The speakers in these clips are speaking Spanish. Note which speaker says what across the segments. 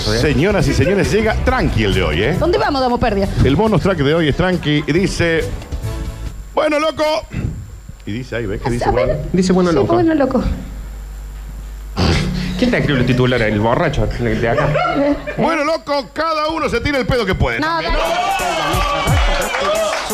Speaker 1: eso, ¿eh?
Speaker 2: Señoras y señores, llega tranqui el de hoy, ¿eh?
Speaker 3: ¿Dónde vamos, Damos Pérdida?
Speaker 2: El bonus track de hoy es tranqui y dice. Bueno, loco. Y dice ahí, ¿ves que dice?
Speaker 3: A ver.
Speaker 2: Bueno.
Speaker 1: Dice bueno
Speaker 3: Sí,
Speaker 1: loco.
Speaker 3: bueno, loco.
Speaker 1: ¿Quién te escribe los titulares? El borracho el de acá.
Speaker 2: Bueno, loco, cada uno se tira el pedo que puede.
Speaker 3: No, dale.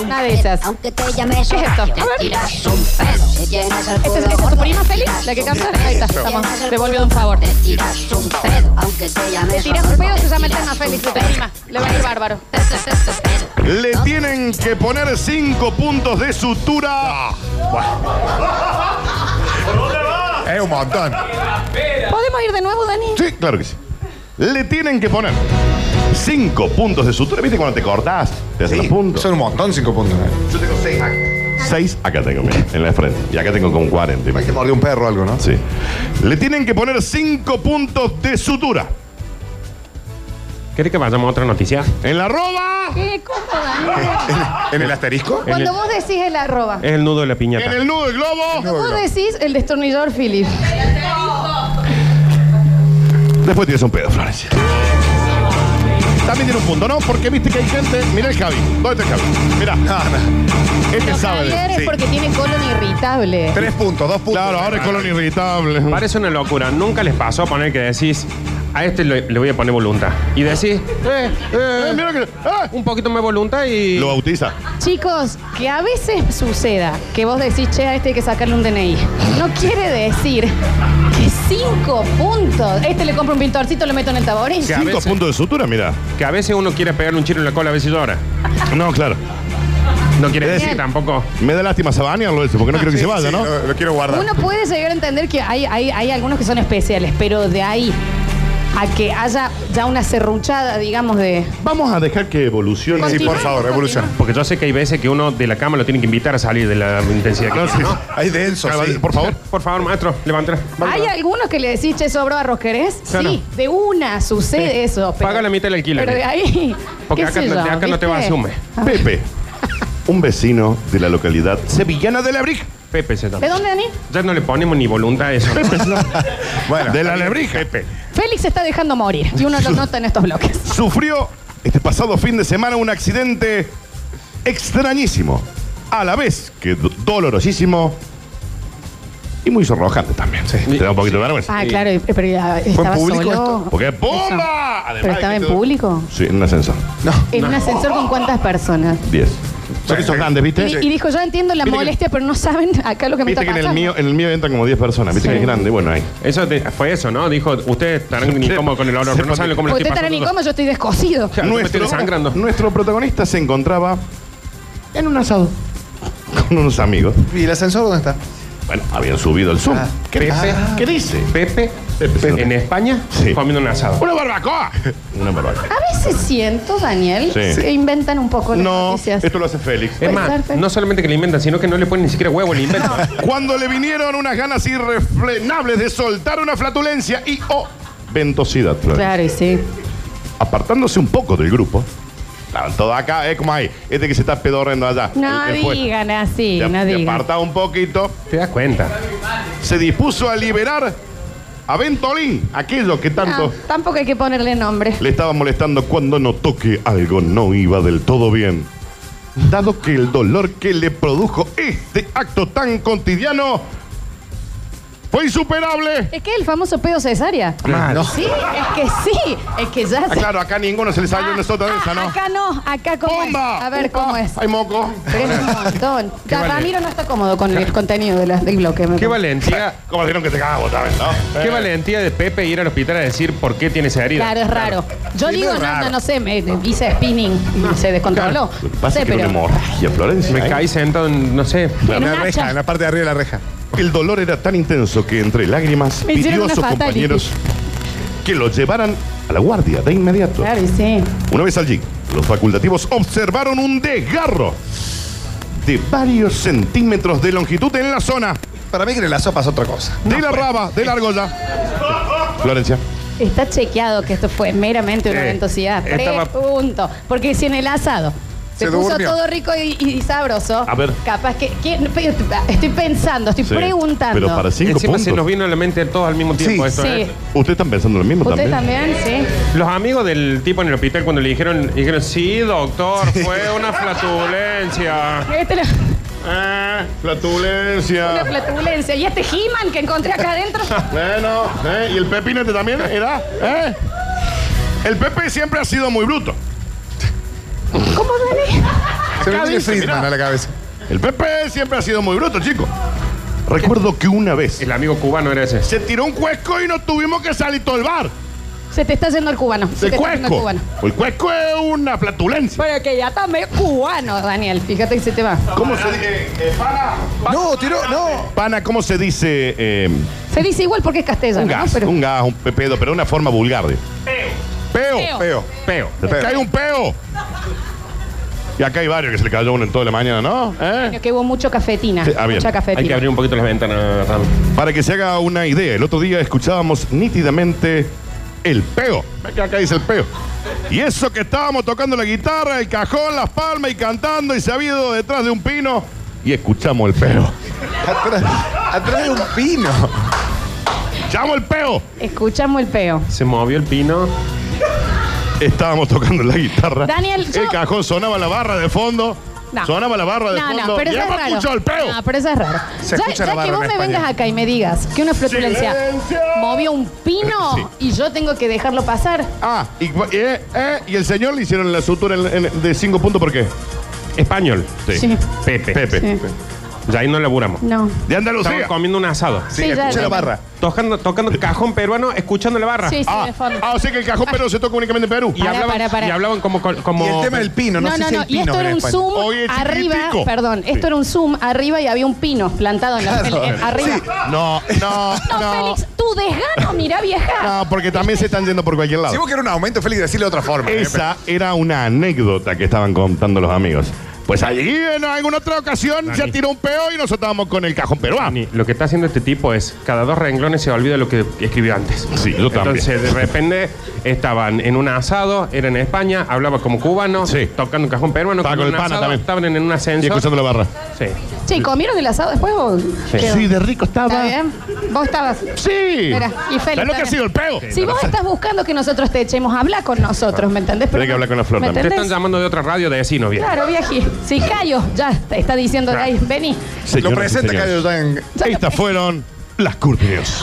Speaker 3: Una de esas.
Speaker 4: Aunque te llames
Speaker 3: ¿Qué es esto?
Speaker 4: Horacio,
Speaker 3: A ver.
Speaker 4: tiras un pedo. Te llenas
Speaker 3: ¿Esta
Speaker 4: el
Speaker 3: es,
Speaker 4: culo
Speaker 3: esta es tu
Speaker 4: gordo,
Speaker 3: prima Félix? ¿La que canta? Ahí está, estamos devolviendo un favor.
Speaker 4: Te tiras un pedo. Aunque te llames
Speaker 3: Tiras un pedo,
Speaker 4: Horacio,
Speaker 3: se llama
Speaker 4: tiras
Speaker 3: Eterna
Speaker 4: un
Speaker 3: Félix, tu
Speaker 4: pedo.
Speaker 3: prima. Le va a ir bárbaro.
Speaker 2: Le tienen que poner cinco puntos de sutura.
Speaker 5: Es un montón.
Speaker 3: ¿Podemos ir de nuevo, Dani?
Speaker 2: Sí, claro que sí. Le tienen que poner cinco puntos de sutura. ¿Viste cuando te cortás? Te hacen los puntos.
Speaker 5: Son un montón, cinco puntos. ¿eh?
Speaker 2: Yo tengo seis acá. Seis acá tengo, mira, en la frente. Y acá tengo como 40,
Speaker 5: Ahí te
Speaker 2: imagínate.
Speaker 5: mordió un perro o algo, ¿no?
Speaker 2: Sí. Le tienen que poner cinco puntos de sutura.
Speaker 1: ¿Querés que vayamos a otra noticia?
Speaker 2: En la roba,
Speaker 3: Qué cómoda, Dani.
Speaker 5: ¿En el asterisco?
Speaker 3: Cuando vos decís el arroba,
Speaker 1: Es el nudo de la piñata.
Speaker 2: en el nudo del globo.
Speaker 3: vos decís el destornillador Philip.
Speaker 2: Después tienes un pedo, Florencia. También tiene un punto, ¿no? Porque viste que hay gente. Mira el Javi. ¿Dónde está el Javi? Mira. Este
Speaker 3: Los
Speaker 2: sabe.
Speaker 3: Javier
Speaker 2: de-
Speaker 3: es
Speaker 2: sí.
Speaker 3: porque tiene colon irritable.
Speaker 5: Tres puntos, dos puntos.
Speaker 2: Claro, ahora es colon irritable.
Speaker 1: Parece una locura. Nunca les pasó poner que decís, a este le, le voy a poner voluntad. Y decís, eh, eh,
Speaker 2: Eh, mira que- ¡Ah!
Speaker 1: un poquito más voluntad y.
Speaker 2: Lo bautiza.
Speaker 3: Chicos, que a veces suceda que vos decís, che, a este hay que sacarle un DNI. No quiere decir que cinco puntos. Este le compro un pintorcito, lo meto en el taborín.
Speaker 1: Que a
Speaker 2: Cinco
Speaker 1: veces-
Speaker 2: puntos de sutura, mira.
Speaker 1: Que a veces uno quiere pegarle un chino en la cola, a veces llora.
Speaker 2: No, claro.
Speaker 1: No quiere
Speaker 2: Bien.
Speaker 1: decir tampoco.
Speaker 2: Me da lástima sabanearlo ese, porque no quiero que se vaya, ¿no?
Speaker 5: Ah, Lo, lo quiero guardar.
Speaker 3: Uno puede llegar a entender que hay, hay, hay algunos que son especiales, pero de ahí a que haya ya una serruchada, digamos, de.
Speaker 2: Vamos a dejar que evolucione.
Speaker 5: Sí, por
Speaker 3: Continuamos,
Speaker 5: favor, evoluciona.
Speaker 1: Porque yo sé que hay veces que uno de la cama lo tiene que invitar a salir de la intensidad. que
Speaker 2: No,
Speaker 1: tiene,
Speaker 2: sí,
Speaker 1: ¿no?
Speaker 2: sí.
Speaker 5: Ahí denso,
Speaker 2: Calma,
Speaker 5: sí.
Speaker 2: Por favor.
Speaker 1: Por favor, maestro, levanta.
Speaker 3: Hay algunos que le decís, che, sobro arroz, ¿querés?
Speaker 1: Claro.
Speaker 3: Sí, de una sucede
Speaker 1: Sí.
Speaker 3: eso. pero-
Speaker 1: Paga la mitad del alquiler.
Speaker 3: Pero de ahí.
Speaker 1: Porque
Speaker 3: qué
Speaker 1: acá,
Speaker 3: sé
Speaker 1: no-
Speaker 3: yo,
Speaker 1: acá no te va a
Speaker 3: ¿viste?
Speaker 1: asumir.
Speaker 2: Pepe, un vecino de la localidad sevillana de Lebrija.
Speaker 1: Pepe se
Speaker 3: ¿De
Speaker 1: llama.
Speaker 3: dónde, Dani?
Speaker 1: Ya no le ponemos ni voluntad a eso.
Speaker 5: Bueno,
Speaker 2: de la Lebrija.
Speaker 1: Pepe.
Speaker 3: Félix se está dejando morir y uno lo nota en estos bloques.
Speaker 2: Sufrió este pasado fin de semana un accidente extrañísimo. A la vez que do- dolorosísimo y muy sorrojante también. Te da un poquito de vergüenza.
Speaker 3: Ah, claro, eh, pero ya estaba
Speaker 5: público
Speaker 3: solo.
Speaker 5: esto?
Speaker 2: Porque es
Speaker 3: Eso.
Speaker 2: bomba. Además
Speaker 3: Pero
Speaker 2: de
Speaker 3: estaba
Speaker 2: que
Speaker 3: en
Speaker 2: te-
Speaker 3: público.
Speaker 2: Sí, en un ascensor.
Speaker 5: no.
Speaker 3: En un ascensor con cuántas personas.
Speaker 2: 10. Son esos grandes,
Speaker 3: Y,
Speaker 2: ¿viste?
Speaker 3: y dijo, yo entiendo la
Speaker 2: Viste que-
Speaker 3: molestia, pero no saben acá lo que me está
Speaker 2: Viste que en
Speaker 3: pasando.
Speaker 2: el mío, en el mío entran como 10 personas, viste
Speaker 3: Sí.
Speaker 2: que es grande, bueno ahí.
Speaker 1: Eso te- fue eso, ¿no? Dijo, ustedes estarán incómodos con el olor, pero no saben cómo les
Speaker 3: Porque usted está
Speaker 1: estoy
Speaker 3: en
Speaker 1: pasando.
Speaker 3: coma, yo estoy descosido.
Speaker 1: Claro, me estoy desangrando.
Speaker 2: nuestro protagonista se encontraba en un asado con unos amigos.
Speaker 5: ¿Y el ascensor dónde está?
Speaker 2: Bueno, habían subido el Zoom.
Speaker 5: Ah,
Speaker 2: ¿Qué,
Speaker 1: Pepe.
Speaker 2: dice? ¿Qué dice?
Speaker 1: Pepe,
Speaker 2: Pepe.
Speaker 1: en España,
Speaker 2: Sí.
Speaker 1: comiendo un asado.
Speaker 2: ¡Una barbacoa! Una barbacoa.
Speaker 3: A veces siento, Daniel,
Speaker 2: Sí.
Speaker 3: que inventan un poco las
Speaker 2: No,
Speaker 3: noticias.
Speaker 2: esto lo hace Félix.
Speaker 1: Es más,
Speaker 3: Perfecto.
Speaker 1: no solamente que lo inventan, sino que no le ponen ni siquiera huevo, le inventan.
Speaker 2: Cuando le vinieron unas ganas irrefrenables de soltar una flatulencia y oh, ventosidad, Flor.
Speaker 3: Claro, y sí.
Speaker 2: Eh, Apartándose un poco del grupo. Estaban todos acá, es como ahí, este que se está pedorrendo allá.
Speaker 3: No
Speaker 2: el- el juez.
Speaker 3: digan así,
Speaker 2: Te-
Speaker 3: no
Speaker 2: te
Speaker 3: digan.
Speaker 2: apartaba un poquito.
Speaker 1: Te das cuenta.
Speaker 2: se dispuso a liberar a Ventolín, aquello que tanto
Speaker 3: No, Ah, tampoco hay que ponerle nombre.
Speaker 2: le estaba molestando cuando notó que algo no iba del todo bien. Dado que el dolor que le produjo este acto tan cotidiano fue insuperable.
Speaker 3: Es que el famoso pedo cesárea.
Speaker 1: Mal.
Speaker 3: Sí, es que sí, es que ya
Speaker 2: Ah,
Speaker 3: se...
Speaker 2: claro, acá ninguno se le salió una sota de esa, ¿no?
Speaker 3: Ah, Acá no, acá cómo
Speaker 2: ¡Bomba!
Speaker 3: es. A ver
Speaker 2: Upa,
Speaker 3: cómo es.
Speaker 2: Hay moco.
Speaker 3: Pero es un montón. Ya,
Speaker 1: vale?
Speaker 3: Ramiro no está cómodo con el contenido de la- del bloque. me parece.
Speaker 1: Qué valentía.
Speaker 2: ¿Cómo dijeron que te cago también, no? Eh.
Speaker 1: Qué valentía de Pepe ir al hospital a decir por qué tiene esa herida.
Speaker 3: Claro, es raro. Yo
Speaker 5: Sí,
Speaker 3: digo,
Speaker 5: es
Speaker 3: no,
Speaker 5: raro.
Speaker 3: no, no sé, me, me hice spinning, se descontroló.
Speaker 2: Lo que
Speaker 3: No
Speaker 2: pasa
Speaker 3: sé,
Speaker 2: es que era
Speaker 3: pero.
Speaker 2: una hemorragia, Florencia.
Speaker 1: Me
Speaker 2: ¿eh?
Speaker 1: caí sentado en, no sé.
Speaker 3: En
Speaker 5: En la
Speaker 3: un hacha.
Speaker 5: reja, en la parte de arriba de la reja.
Speaker 2: El dolor era tan intenso que entre lágrimas
Speaker 3: Me hicieron
Speaker 2: pidió a
Speaker 3: una
Speaker 2: sus
Speaker 3: fatality.
Speaker 2: compañeros que lo llevaran a la guardia de inmediato.
Speaker 3: Claro, y sí.
Speaker 2: Una vez allí, los facultativos observaron un desgarro de varios centímetros de longitud en la zona
Speaker 5: Para mí que la sopa es otra cosa.
Speaker 2: de
Speaker 1: pues.
Speaker 2: la raba, de la argolla. Florencia.
Speaker 3: Está chequeado que esto fue meramente una
Speaker 1: Eh,
Speaker 3: ventosidad.
Speaker 1: estaba-
Speaker 3: Pregunto. Porque si en el asado Se,
Speaker 5: Se
Speaker 3: puso
Speaker 5: durmió.
Speaker 3: todo rico y, y sabroso.
Speaker 2: A ver.
Speaker 3: Capaz que. que- estoy pensando, estoy
Speaker 2: Sí.
Speaker 3: preguntando.
Speaker 2: Pero para cinco
Speaker 1: Encima se nos
Speaker 2: puntos.
Speaker 1: vino a la mente todos al mismo tiempo
Speaker 5: Sí.
Speaker 1: esto,
Speaker 3: Sí.
Speaker 1: ¿eh?
Speaker 2: Ustedes están pensando lo mismo
Speaker 3: ¿Usted
Speaker 2: también.
Speaker 3: también? Sí.
Speaker 1: Los amigos del tipo en el hospital cuando le dijeron, dijeron, sí, doctor, fue una flatulencia.
Speaker 3: Este le-
Speaker 2: Eh,
Speaker 3: una
Speaker 2: flatulencia.
Speaker 3: flatulencia. Y este He-Man que encontré acá adentro.
Speaker 2: Bueno, eh, ¿y el pepino este también era? ¿Eh? El Pepe siempre ha sido muy bruto.
Speaker 3: ¿Cómo duele?
Speaker 5: Se me
Speaker 2: Acá
Speaker 5: viene
Speaker 2: dice,
Speaker 5: Friedman
Speaker 2: mirá.
Speaker 5: a la cabeza.
Speaker 2: El Pepe siempre ha sido muy bruto, chico. Recuerdo que una vez
Speaker 1: El amigo cubano era ese.
Speaker 2: se tiró un cuesco y nos tuvimos que salir todo el bar.
Speaker 3: Se te está yendo el cubano. Se
Speaker 2: El
Speaker 3: te está yendo el
Speaker 2: cuesco.
Speaker 3: cubano.
Speaker 2: El cuesco es una flatulencia.
Speaker 3: Pero que ya está medio cubano, Daniel. Fíjate que se te va.
Speaker 2: ¿Cómo se dice?
Speaker 5: No, tiró, no.
Speaker 2: Pana, ¿cómo se dice? eh,
Speaker 3: Se dice igual porque es castellano,
Speaker 2: un
Speaker 3: ¿no?
Speaker 2: gas,
Speaker 3: Pero
Speaker 2: un gas, un pepedo, pero de una forma vulgar. de- Peo. Peo.
Speaker 5: Feo.
Speaker 1: Peo.
Speaker 2: Se te
Speaker 5: Peo.
Speaker 2: cae un peo. Y acá hay varios que se le cayó uno en toda la mañana, ¿no? ¿Eh?
Speaker 3: que hubo mucho cafetina.
Speaker 2: Sí, ah, bien.
Speaker 3: mucha
Speaker 1: Hay que
Speaker 3: cafetina.
Speaker 1: abrir un poquito las ventanas. Ram.
Speaker 2: Para que se haga una idea, el otro día escuchábamos nítidamente el peo. Ve que acá dice el peo. Y eso que estábamos tocando la guitarra, el cajón, las palmas y cantando y se había ido detrás de un pino y escuchamos el peo.
Speaker 5: Atrás, atrás de un pino.
Speaker 2: ¡Llamo el peo!
Speaker 3: Escuchamos el peo.
Speaker 1: Se movió el pino.
Speaker 2: Estábamos tocando la guitarra.
Speaker 3: Daniel, yo-
Speaker 2: El cajón sonaba la barra de fondo.
Speaker 3: No.
Speaker 2: Sonaba la barra de
Speaker 3: No,
Speaker 2: fondo.
Speaker 3: no, pero
Speaker 2: y
Speaker 3: eso es
Speaker 2: hemos
Speaker 3: raro.
Speaker 2: escuchado el peo.
Speaker 3: No, pero eso es raro.
Speaker 5: Se
Speaker 3: ya
Speaker 5: escucha la
Speaker 3: ya que vos
Speaker 5: barra en
Speaker 3: me
Speaker 5: España.
Speaker 3: vengas acá y me digas que una flatulencia
Speaker 2: ¡Silencio!
Speaker 3: movió un pino
Speaker 2: Sí.
Speaker 3: y yo tengo que dejarlo pasar.
Speaker 2: Ah, y, eh, eh, y el señor le hicieron la sutura en- en- de cinco puntos, ¿por qué?
Speaker 1: Español.
Speaker 2: Sí.
Speaker 3: Sí.
Speaker 1: Pepe.
Speaker 2: Pepe.
Speaker 3: Sí.
Speaker 1: Ya ahí no laburamos.
Speaker 3: Eh, No.
Speaker 2: De
Speaker 1: Estamos
Speaker 2: Andalucía.
Speaker 1: comiendo un asado.
Speaker 5: Sí,
Speaker 3: Sí, ya,
Speaker 5: escuché
Speaker 3: ya.
Speaker 5: la barra.
Speaker 1: Tocando, tocando cajón peruano, escuchando la barra.
Speaker 3: Sí, sí,
Speaker 2: Ah,
Speaker 3: de fondo.
Speaker 2: ah, o sea que el cajón pero se toca únicamente en Perú.
Speaker 1: Y,
Speaker 3: Pará,
Speaker 1: hablaban,
Speaker 3: pará, pará.
Speaker 1: y hablaban como... como
Speaker 5: Y el tema del pino, no,
Speaker 3: no,
Speaker 5: sé
Speaker 3: no,
Speaker 5: si hay
Speaker 3: no. Y
Speaker 5: pinos
Speaker 3: esto
Speaker 5: en
Speaker 3: era un
Speaker 5: España.
Speaker 3: zoom
Speaker 2: Oye,
Speaker 3: arriba.
Speaker 2: chiquitico.
Speaker 3: Perdón,
Speaker 2: Sí.
Speaker 3: esto era un zoom arriba y había un pino plantado en la,
Speaker 5: Claro.
Speaker 3: en- en- arriba.
Speaker 2: No, no,
Speaker 3: No,
Speaker 2: no.
Speaker 3: Félix, ah. tu desgano, mira vieja.
Speaker 2: No, porque también se están yendo por cualquier
Speaker 5: Si
Speaker 2: lado.
Speaker 5: vos querés un aumento, Félix, decirle de otra forma. ¿eh?
Speaker 2: Esa era una anécdota que estaban contando los amigos. Pues allí en alguna otra ocasión ya tiró un peo y nos estábamos con el cajón peruano.
Speaker 1: Ni- Lo que está haciendo este tipo es, cada dos renglones se olvida lo que escribió antes.
Speaker 2: Sí, yo también.
Speaker 1: Entonces, de repente, estaban en un asado, era en España, hablaba como cubano,
Speaker 2: Sí.
Speaker 1: tocando un cajón peruano.
Speaker 2: Estaba con el
Speaker 1: comiendo un
Speaker 2: pana
Speaker 1: asado,
Speaker 2: también.
Speaker 1: Estaban en un
Speaker 2: Y
Speaker 1: ascenso.
Speaker 2: escuchando la barra.
Speaker 1: Sí.
Speaker 3: Che, ¿comieron el asado después o quedó?
Speaker 2: de rico estaba.
Speaker 3: ¿Está bien? ¿Vos estabas?
Speaker 2: Sí.
Speaker 3: Mira, y Félix
Speaker 2: ¿Sabes lo que
Speaker 3: también.
Speaker 2: ha sido el peo?
Speaker 3: Si vos estás buscando que nosotros te echemos, habla con nosotros, ¿me entendés?
Speaker 2: Tenés que hablar con la flor
Speaker 3: ¿Me
Speaker 2: también.
Speaker 1: Te están
Speaker 3: entendés?
Speaker 1: llamando de otra radio de vecino, bien.
Speaker 3: Claro, viaje. Si callo, ya te está diciendo de ahí, vení.
Speaker 5: Lo
Speaker 2: Señoras y
Speaker 5: presenta acá
Speaker 2: señores,
Speaker 5: yo ya en,
Speaker 2: Estas fueron las Curtineos.